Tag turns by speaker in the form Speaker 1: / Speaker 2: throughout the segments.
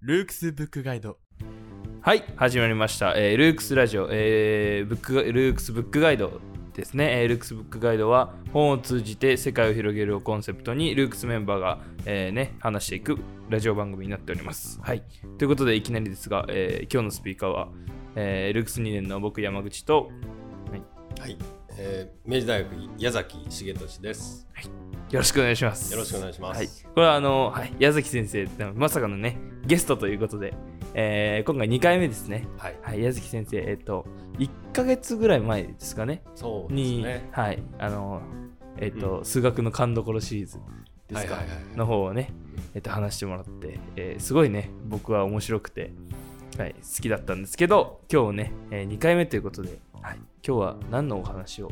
Speaker 1: ルークスブックガイド
Speaker 2: はい始まりました、えールークスラジオ、えーブックルークスブックガイドですね、えールークスブックガイドは本を通じて世界を広げるをコンセプトにルークスメンバーが、えーね、話していくラジオ番組になっておりますはいということでいきなりですが、えー今日のスピーカーは、えールークス2年の僕山口と
Speaker 3: はい、えー明治大学矢崎重俊です。
Speaker 2: よろしくお願いします
Speaker 3: よろしくお願いします。
Speaker 2: はい、これはあの、はい、矢崎先生まさかのねゲストということで、えー今回2回目ですね
Speaker 3: はい
Speaker 2: はい、矢月先生、えっと、1ヶ月ぐらい前ですかね、
Speaker 3: そうです
Speaker 2: に、
Speaker 3: ね。
Speaker 2: はい、あの、えっと、
Speaker 3: う
Speaker 2: 数学の勘どころシリーズですか、
Speaker 3: はいはいはい
Speaker 2: の方をね、えっと、話してもらって、えーすごいね、僕は面白くて、はい、好きだったんですけど、今日ね、え2回目ということで、はい、今日は何のお話を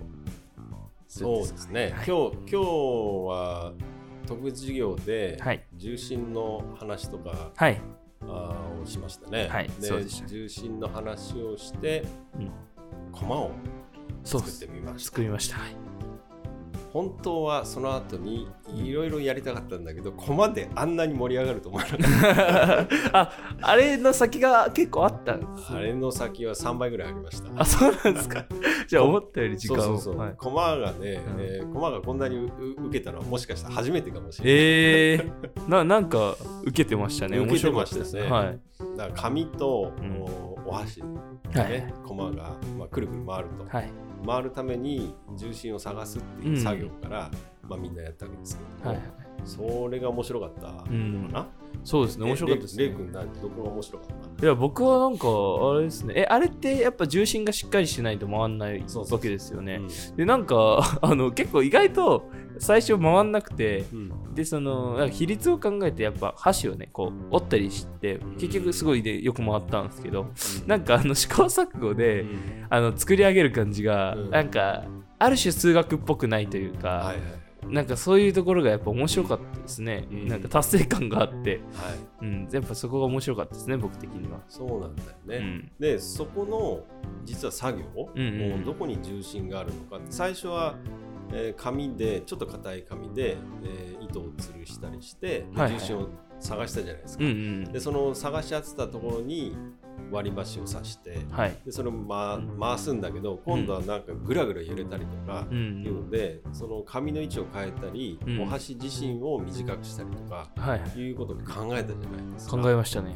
Speaker 2: するん
Speaker 3: そう
Speaker 2: で
Speaker 3: です
Speaker 2: か
Speaker 3: すね。
Speaker 2: はい
Speaker 3: 今日今日は特別授業で
Speaker 2: はい
Speaker 3: 重心の話とか、
Speaker 2: はい、
Speaker 3: あーをしましたね。
Speaker 2: はいそうでした
Speaker 3: 重心の話をして
Speaker 2: うん、
Speaker 3: 駒を
Speaker 2: そう
Speaker 3: 作
Speaker 2: で
Speaker 3: って
Speaker 2: す。
Speaker 3: みました。
Speaker 2: 作りました。はい
Speaker 3: 本当はその後にいろいろやりたかったんだけど、駒であんなに盛り上がると思わ なかっ
Speaker 2: あ、あれの先が結構あったんです
Speaker 3: た。あれの先は3倍ぐらいありました。
Speaker 2: あ、そうなんで すか。じゃあ思ったより時
Speaker 3: そう
Speaker 2: 間を。
Speaker 3: そうそう、
Speaker 2: はい
Speaker 3: 駒がね、
Speaker 2: うん
Speaker 3: えー駒がこんなにうう受けたのはもしかしたら初めてかもしれない。
Speaker 2: えー、 ななんか受けてましたね。
Speaker 3: 受
Speaker 2: 面
Speaker 3: けて
Speaker 2: 白か
Speaker 3: ま
Speaker 2: っ
Speaker 3: したたね
Speaker 2: ですね。はい。
Speaker 3: だから紙と、
Speaker 2: うん
Speaker 3: おお箸、ね
Speaker 2: はい。
Speaker 3: 駒が、まあ、くるくる回ると、
Speaker 2: はい。
Speaker 3: 回るために重心を探すっていう作業から、まあ、みんなやったわけですけども、
Speaker 2: はい。
Speaker 3: それが面白かったか
Speaker 2: うん。
Speaker 3: な。
Speaker 2: そうですね。面白かったです
Speaker 3: レイ
Speaker 2: ね。
Speaker 3: 君なんてどこが面白かった
Speaker 2: いや、僕はなんか、あれですね。え、あれってやっぱ重心がしっかりしてないと回んな
Speaker 3: そ
Speaker 2: い
Speaker 3: うそうそう
Speaker 2: わけですよね。
Speaker 3: うん
Speaker 2: で、なんか、 あの、結構意外と最初回んなくて、で、その、なんか比率を考えて、やっぱ箸をね、こう、折ったりして、結局すごいでよく回ったんですけど、なんかあの試行錯誤で、
Speaker 3: うん
Speaker 2: あの作り上げる感じが、
Speaker 3: うん
Speaker 2: なんかある種数学っぽくないというか、
Speaker 3: はいはいはい。
Speaker 2: なんかそういうところがやっぱ面白かったですね、
Speaker 3: うん
Speaker 2: なんか達成感があって、うん、やっぱそこが面白かったですね僕的には、
Speaker 3: そうなんだよね。
Speaker 2: うん、
Speaker 3: でそこの実は作業を、
Speaker 2: うんうんうん
Speaker 3: どこに重心があるのかって最初は、えー紙でちょっと硬い紙で、えー糸を吊るしたりしてで
Speaker 2: はいは
Speaker 3: 重
Speaker 2: い
Speaker 3: 心を探したじゃないですか、
Speaker 2: うんうん
Speaker 3: でその探し合ってたところに割り箸を刺して
Speaker 2: はい、
Speaker 3: でそれを、ま、回すんだけど今度はなんかぐらぐら揺れたりとか
Speaker 2: う。
Speaker 3: っていうんのでその紙の位置を変えたり、
Speaker 2: うん
Speaker 3: お箸自身を短くしたりとか
Speaker 2: うん、はい
Speaker 3: いうことで考えたじゃないですか
Speaker 2: 考えましたね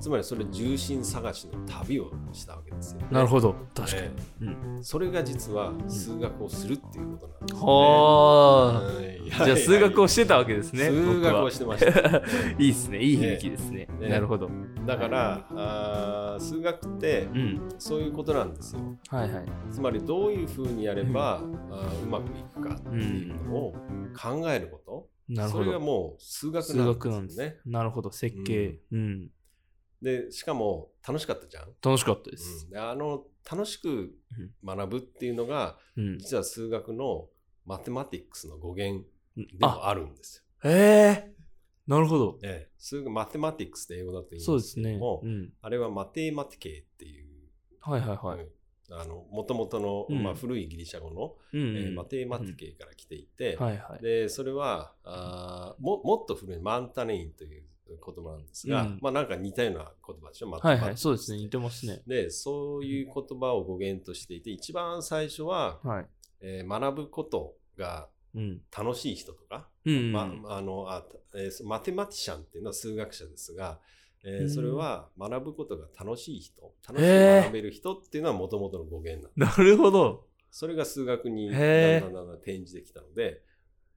Speaker 3: つまりそれ重心探しの旅をしたわけですよね、
Speaker 2: なるほど確かに、
Speaker 3: え
Speaker 2: うん、
Speaker 3: えそれが実は数学をするっていうことなんです
Speaker 2: はあ、
Speaker 3: ね。はい
Speaker 2: じゃあ数学をしてたわけですね
Speaker 3: 数学をしてました。
Speaker 2: 僕はいいですねいい響きですね、
Speaker 3: ええ
Speaker 2: なるほど、
Speaker 3: だからあー数学って
Speaker 2: うん
Speaker 3: そういうことなんですよ。
Speaker 2: はいはい
Speaker 3: つまりどういうふうにやれば、あーうまくいくかっていうのを考えるこ
Speaker 2: な
Speaker 3: と。そ
Speaker 2: るほ
Speaker 3: れが
Speaker 2: ど
Speaker 3: もう数学
Speaker 2: 数学な
Speaker 3: なん
Speaker 2: ん
Speaker 3: で
Speaker 2: です
Speaker 3: よね
Speaker 2: す。なるほど設計うん
Speaker 3: でしかも楽しかったじゃん。
Speaker 2: 楽しかったで
Speaker 3: う
Speaker 2: す
Speaker 3: ん。であの楽しく学ぶっていうのが
Speaker 2: うん。
Speaker 3: 実は数学のマテマティックスの語源で
Speaker 2: あ、
Speaker 3: もあるんですよ。
Speaker 2: ええなるほど。
Speaker 3: ええ、数学マテマティックスって英語だと言い
Speaker 2: そう
Speaker 3: ま
Speaker 2: ですす
Speaker 3: けど
Speaker 2: ね。
Speaker 3: も、
Speaker 2: うん。
Speaker 3: あれはマテマティケっていう、
Speaker 2: はいはいはい。
Speaker 3: あの元々の、
Speaker 2: うん
Speaker 3: まあ、古いギリシャ語の、
Speaker 2: うん
Speaker 3: えー
Speaker 2: うん。
Speaker 3: マテマティケから来ていて、
Speaker 2: はいはい。
Speaker 3: でそれはあーももっと古いマンタネインという言葉なんですが、
Speaker 2: うん
Speaker 3: まあなんか似たような言葉でしょ、マ
Speaker 2: はい
Speaker 3: マ
Speaker 2: はい。そうですね。似てますね。
Speaker 3: でそういう言葉を語源としていて一番最初は、
Speaker 2: はい。
Speaker 3: えー学ぶことが
Speaker 2: うん。
Speaker 3: 楽しい人とか、
Speaker 2: うん。
Speaker 3: ま、あのあ、えーそマテマティシャンっていうのは数学者ですが、えー
Speaker 2: うん
Speaker 3: それは学ぶことが楽しい人楽し
Speaker 2: へ
Speaker 3: く
Speaker 2: ー
Speaker 3: 学べる人っていうのはもともとの語源なんで
Speaker 2: なるほど。
Speaker 3: すそれが数学にだん
Speaker 2: へー
Speaker 3: だんだんだん転じてきたので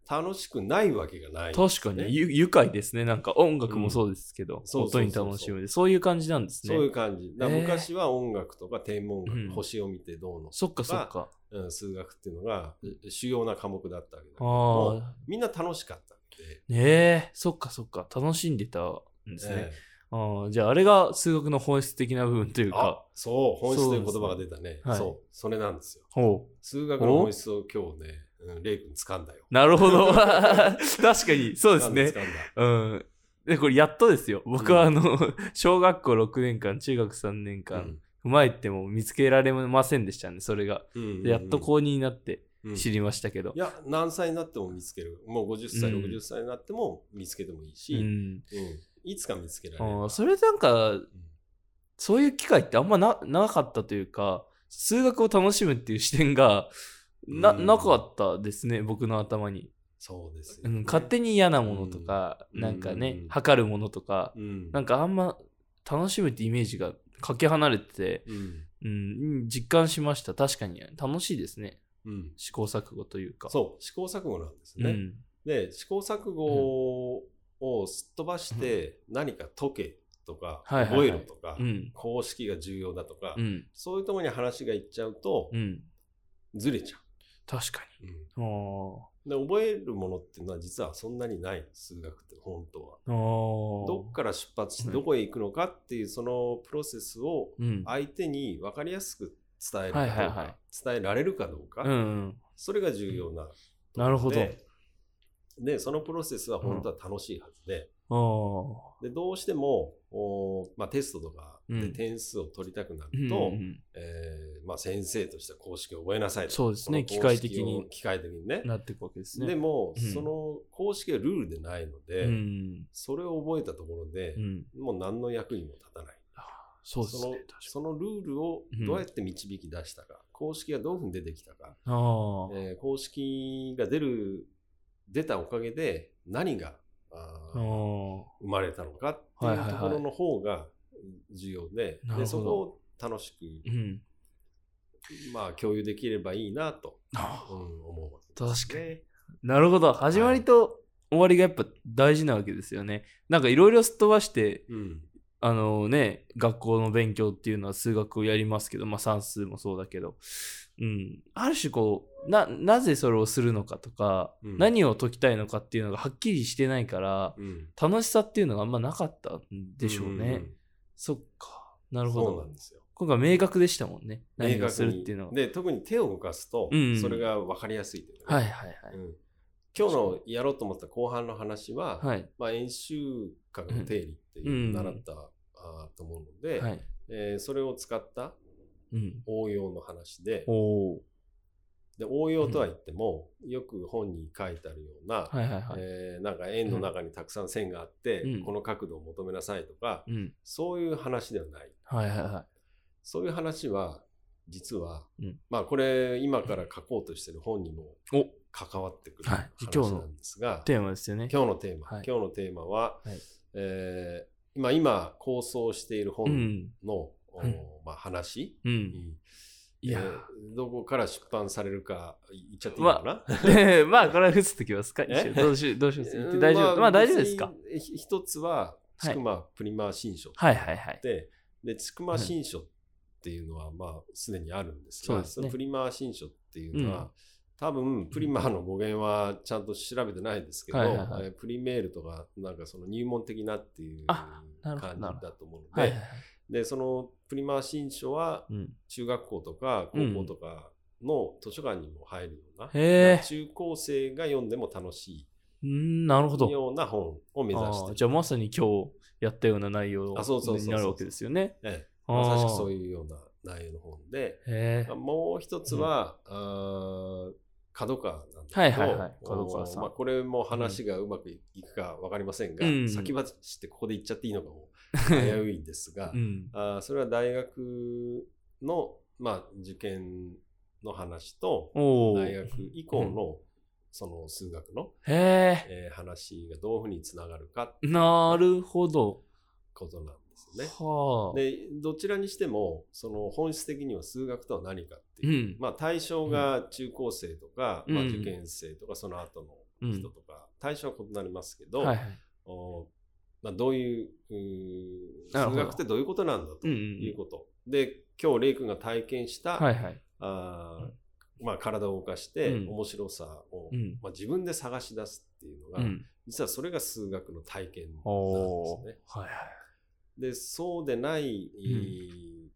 Speaker 3: 楽しくないわけがない
Speaker 2: 確かに、ゆ愉快ですね。なんか音楽もそうですけど、
Speaker 3: そうそうそう
Speaker 2: 音に
Speaker 3: そう
Speaker 2: 楽しむで。そういう感じなんです
Speaker 3: そういう
Speaker 2: ね。
Speaker 3: 感じだから
Speaker 2: へー
Speaker 3: 昔は音楽とか天文学、
Speaker 2: うん
Speaker 3: 星を見てどうの、
Speaker 2: そっかそっか。
Speaker 3: うん数学っていうのがう主要な科目だったわけだけ
Speaker 2: あ
Speaker 3: ども
Speaker 2: あ。
Speaker 3: みんな楽しかったので
Speaker 2: ねえ、そっかそっか。楽しんでたんです
Speaker 3: え
Speaker 2: ね。ああじゃあ、あれが数学の本質的な部分とい
Speaker 3: え
Speaker 2: うか
Speaker 3: あ。そう本質という言葉が出たね
Speaker 2: そうですねはい
Speaker 3: そうそれなんですよ
Speaker 2: ほう。
Speaker 3: 数学の本質を今日ね、うん、レイ君掴んだよ。
Speaker 2: なる ほど。確かに、そうです
Speaker 3: 掴んだ
Speaker 2: ね
Speaker 3: 掴。んだ
Speaker 2: うん。で、これやっとですよ。僕はあの、 小学校6年間、中学3年間、うまいっても見つけられませんでしたね、それが。
Speaker 3: うん
Speaker 2: でやっと高2になって、
Speaker 3: うん
Speaker 2: 知りましたけど
Speaker 3: い。や何歳になっても見つけるもう50歳、
Speaker 2: うん
Speaker 3: 60歳になっても見つけてもいいし、
Speaker 2: う
Speaker 3: うん
Speaker 2: ん、
Speaker 3: いつか見つけら
Speaker 2: あ
Speaker 3: れる
Speaker 2: ーそれなんかそういう機会ってあんまななかったというか数学を楽しむっていう視点がな,、
Speaker 3: うん
Speaker 2: なかったですね僕の頭に、
Speaker 3: そうですよ
Speaker 2: う
Speaker 3: ね、
Speaker 2: ん、勝手に嫌なものとか、
Speaker 3: うん
Speaker 2: なんか
Speaker 3: う
Speaker 2: ね
Speaker 3: ん
Speaker 2: 測るものとか、
Speaker 3: うん
Speaker 2: なんかあんま楽しむってイメージがかけ離れてて、
Speaker 3: うん
Speaker 2: うん、実感しました確かに楽しいですね
Speaker 3: うん
Speaker 2: 試行錯誤というか
Speaker 3: そう試行錯誤なんですね、
Speaker 2: うん
Speaker 3: で試行錯誤をすっ飛ばして何か解けとか
Speaker 2: はいはいは
Speaker 3: 覚
Speaker 2: い
Speaker 3: えろとか
Speaker 2: うん
Speaker 3: 公式が重要だとか
Speaker 2: うん
Speaker 3: そういうところに話がいっちゃうと
Speaker 2: うん
Speaker 3: ずれちゃ
Speaker 2: 確か
Speaker 3: う、
Speaker 2: にあー
Speaker 3: で覚えるものっていうのは実はそんなにない数学って本当は
Speaker 2: あー
Speaker 3: どっから出発し
Speaker 2: う
Speaker 3: て
Speaker 2: ん
Speaker 3: どこへ行くのかっていうそのプロセスを
Speaker 2: うん
Speaker 3: 相手に分かりやすく伝えるか
Speaker 2: はい
Speaker 3: どう
Speaker 2: はいはい
Speaker 3: か伝えられるかどうか、
Speaker 2: うんうん
Speaker 3: それが重要な
Speaker 2: なるほど
Speaker 3: ででそのプロセスは本当は楽しいはずで、
Speaker 2: あー
Speaker 3: でどうしてもお、まあ、テストとか
Speaker 2: う
Speaker 3: で
Speaker 2: ん
Speaker 3: 点数を取りたくな
Speaker 2: うん
Speaker 3: ると、
Speaker 2: うん
Speaker 3: えーまあ、先生としては公式を覚えなさいと
Speaker 2: そうですね
Speaker 3: この公式を
Speaker 2: 機械的に
Speaker 3: 機械的にね
Speaker 2: なっていくわけですね
Speaker 3: でも、
Speaker 2: うん
Speaker 3: その公式はルールでないので、
Speaker 2: うん
Speaker 3: それを覚えたところで
Speaker 2: う、ん
Speaker 3: もう何の役にも立たない
Speaker 2: そうですね確か
Speaker 3: そのそのルールを
Speaker 2: うん
Speaker 3: どうやって導き出したか、公式がどういうふうに出てきたか、
Speaker 2: にああ
Speaker 3: えー公式が出る出たおかげで何があー生まれたのかっていうところの方が重要で,、
Speaker 2: なるほど
Speaker 3: でそこを楽しく、
Speaker 2: うん
Speaker 3: まあ、共有できればいいなと、
Speaker 2: あ
Speaker 3: うん、思うわけ
Speaker 2: 確かに
Speaker 3: ね。
Speaker 2: なるほど始まりと終わりがやっぱ大事なわけですよねなんかいろいろすっ飛ばして
Speaker 3: うん
Speaker 2: あのね、学校の勉強っていうのは数学をやりますけど、まあ、算数もそうだけど、うん、ある種こうななぜそれをするのかとか、
Speaker 3: うん
Speaker 2: 何を解きたいのかっていうのがはっきりしてないから
Speaker 3: うん
Speaker 2: 楽しさっていうのがあんまなかったんでしょうね、そっかな
Speaker 3: うん
Speaker 2: るほ
Speaker 3: そう
Speaker 2: ど
Speaker 3: なんですよ。
Speaker 2: 今回明確でしたもんね
Speaker 3: 明
Speaker 2: 何
Speaker 3: 確
Speaker 2: を
Speaker 3: に
Speaker 2: するっていうのは
Speaker 3: で特に手を動かすと、
Speaker 2: うんうん
Speaker 3: それが分かりやすいというか
Speaker 2: はい
Speaker 3: ね、
Speaker 2: はいは
Speaker 3: う
Speaker 2: い、
Speaker 3: ん今日のやろうと思った後半の話は、
Speaker 2: はい
Speaker 3: まあ、演習学の定理っていううんのを習った、あーと思うので、
Speaker 2: はい
Speaker 3: えーそれを使った
Speaker 2: うん
Speaker 3: 応用の話で
Speaker 2: おお
Speaker 3: で応用とは言っても、よく本に書いてあるような、
Speaker 2: はいはいはい、
Speaker 3: えーなんか円の中にたくさん線があって、
Speaker 2: うん
Speaker 3: この角度を求めなさいとか、
Speaker 2: うん
Speaker 3: そういう話ではない
Speaker 2: はいはいは
Speaker 3: そういう話は実は、
Speaker 2: うん
Speaker 3: まあこれ今から書こうとしてる本にも
Speaker 2: いお
Speaker 3: 関わってくる
Speaker 2: はい
Speaker 3: 話なんですが、
Speaker 2: テーマですよね
Speaker 3: 今日のテーマ、
Speaker 2: はい
Speaker 3: 今日のテーマは、
Speaker 2: はい
Speaker 3: えー今今構想している
Speaker 2: う
Speaker 3: 本
Speaker 2: ん
Speaker 3: の、お
Speaker 2: うん
Speaker 3: まあ、話、
Speaker 2: う
Speaker 3: うんん
Speaker 2: いやー
Speaker 3: えーどこから出版されるか言っちゃっていいのかな、
Speaker 2: でまあこれ は伏せときますか
Speaker 3: え
Speaker 2: 一応どうしどうします言って大丈夫、まあ大丈夫ですか
Speaker 3: 別にひ一つは、
Speaker 2: はい
Speaker 3: ちくまプリマー新書って
Speaker 2: はいはいはい
Speaker 3: で、ちくま新書っていうのは、まあ、すでにあるんですが、
Speaker 2: そうですね
Speaker 3: のプリマー新書っていうのは、
Speaker 2: うん
Speaker 3: 多分、プリマーの語源はちゃんと調べてないですけど、
Speaker 2: はいはいはい
Speaker 3: えープリメールとか、なんかその入門的なっていう
Speaker 2: あ
Speaker 3: 感
Speaker 2: なるほど
Speaker 3: じだと思うので、
Speaker 2: はいはいはい
Speaker 3: で、そのプリマー新書は、
Speaker 2: うん
Speaker 3: 中学校とか高校とかの図書館にも入るような、
Speaker 2: へ
Speaker 3: 中高生が読んでも楽しい
Speaker 2: えんなるほど
Speaker 3: ような本を目指し
Speaker 2: あ
Speaker 3: て
Speaker 2: ー
Speaker 3: る
Speaker 2: じゃあまさに今日やったような内容
Speaker 3: あそうそうそうそう
Speaker 2: になるわけですよね
Speaker 3: ええ
Speaker 2: あー
Speaker 3: まさしくそういうような内容の本で、
Speaker 2: へえ
Speaker 3: もう一つは、あー角川なんですけど、
Speaker 2: はいはいはい角川さん
Speaker 3: まあ、これも話がうまくいくか分かりませんが、
Speaker 2: うん
Speaker 3: 先走ってここで言っちゃっていいのかも危ういんですが、
Speaker 2: うん
Speaker 3: あーそれは大学の、まあ、受験の話と、
Speaker 2: おお
Speaker 3: 大
Speaker 2: へ
Speaker 3: 学以降のその数学の、
Speaker 2: え
Speaker 3: えー話がどういうふうにつながるかって
Speaker 2: なるほど
Speaker 3: ことなんですよね。
Speaker 2: はあ
Speaker 3: でどちらにしてもその本質的には数学とは何かって
Speaker 2: う
Speaker 3: いう、
Speaker 2: ん
Speaker 3: まあ、対象が中高生とか、
Speaker 2: うん
Speaker 3: まあ、受験生とかその後の人とか、対象は異なりますけど、
Speaker 2: はいはい
Speaker 3: おまあ、どういううー
Speaker 2: なるほ
Speaker 3: 数
Speaker 2: ど
Speaker 3: 学ってどういうことなんだと
Speaker 2: うんうん
Speaker 3: いうこと、で今日レイ君が体験した、
Speaker 2: はいはい
Speaker 3: あーまあ、体を動かして
Speaker 2: うん
Speaker 3: 面白さを、
Speaker 2: うん
Speaker 3: まあ、自分で探し出すっていうのが、
Speaker 2: うん
Speaker 3: 実はそれが数学の体験なん
Speaker 2: お
Speaker 3: です
Speaker 2: お
Speaker 3: ね。
Speaker 2: はいはい
Speaker 3: でそうでない、え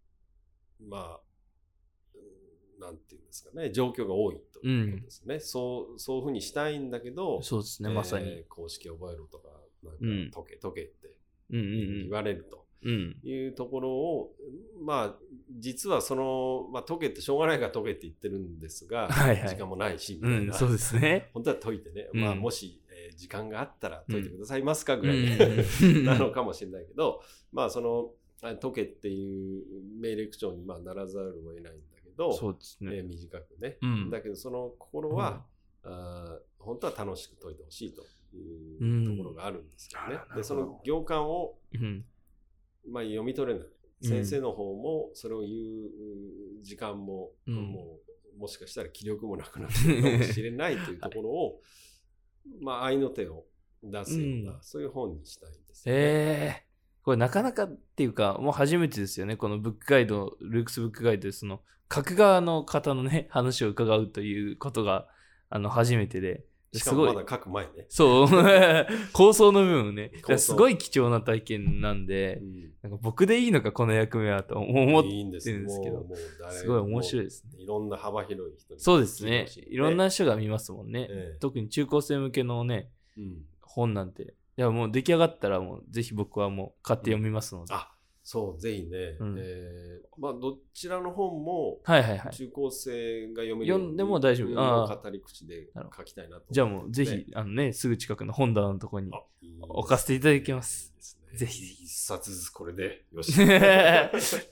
Speaker 3: ーまあうんなんていうんですかね状況が多いということですね、そうそういうふうにしたいんだけど
Speaker 2: そうですね
Speaker 3: えー
Speaker 2: まさに
Speaker 3: 公式覚えろとかなんか
Speaker 2: うん
Speaker 3: 解け解けって
Speaker 2: うんうん
Speaker 3: 言われると、
Speaker 2: うん。
Speaker 3: いうところを、まあ、実はその、まあ、解けて、しょうがないから解けって言ってるんですが、
Speaker 2: はいはい
Speaker 3: 時間もないし、み
Speaker 2: う
Speaker 3: たい
Speaker 2: ん、
Speaker 3: な。
Speaker 2: そうですね。
Speaker 3: 本当は解いてね、
Speaker 2: うん
Speaker 3: まあ、もし、えー時間があったら解いてくださいますかぐらい、
Speaker 2: うん
Speaker 3: なのかもしれないけど、まあ、その、あ解けっていう命令口調にまあならざるを得ないんだけど、
Speaker 2: そうです
Speaker 3: え
Speaker 2: ね
Speaker 3: ー。短くね。
Speaker 2: うん
Speaker 3: だけど、その心は、あー本当は楽しく解いてほしいと
Speaker 2: うん
Speaker 3: いうところがあるんですけどね
Speaker 2: あ。ら
Speaker 3: で、そ
Speaker 2: なるほ
Speaker 3: の
Speaker 2: ど
Speaker 3: 行間を、
Speaker 2: うん。
Speaker 3: まあ、読み取れない。
Speaker 2: うん
Speaker 3: 先生の方もそれを言う時間も、
Speaker 2: うん
Speaker 3: もうもしかしたら気力もなくなってるかもしれないというところ を、まあ愛の手を出すような、
Speaker 2: うん
Speaker 3: そういう本にしたいですよね。
Speaker 2: ええこれなかなかっていうか、もう初めてですよね。このブックガイド、ルークスブックガイドで、その、書く側の方のね、 話を伺うということが、あの、初めてで。
Speaker 3: し
Speaker 2: す
Speaker 3: か
Speaker 2: ご
Speaker 3: も
Speaker 2: い
Speaker 3: まだ書く前ね。
Speaker 2: そう、 構想の部分をね、だから
Speaker 3: 構想
Speaker 2: すごい貴重な体験なんで、なんか僕でいいのか、この役目はと思っ
Speaker 3: いいんで
Speaker 2: てるんですけど
Speaker 3: もうもう誰
Speaker 2: すごい面白いですね
Speaker 3: もういろんな幅広い人に
Speaker 2: そうです
Speaker 3: 聞いて
Speaker 2: ね
Speaker 3: ほし。
Speaker 2: いろんな人が見ますもんね。
Speaker 3: ええ
Speaker 2: 特に中高生向けのね、
Speaker 3: うん
Speaker 2: 本なんて。いや、もう出来上がったら、もうぜひ僕はもう買って読みますので。
Speaker 3: あそう、ぜひね、
Speaker 2: うん
Speaker 3: えーまあ、どちらの本も
Speaker 2: はいはいはい。
Speaker 3: 中高生が読める
Speaker 2: 読んでも大丈夫
Speaker 3: うん
Speaker 2: ああ
Speaker 3: 語り口で書きたいなと思ってますね、
Speaker 2: じゃあもうぜひ、あのね、すぐ近くの本棚のとこに
Speaker 3: あ、いいですね
Speaker 2: 置かせていただきま
Speaker 3: い
Speaker 2: す。
Speaker 3: いですね
Speaker 2: ぜひぜひ
Speaker 3: 一冊ずつこれで、 よし。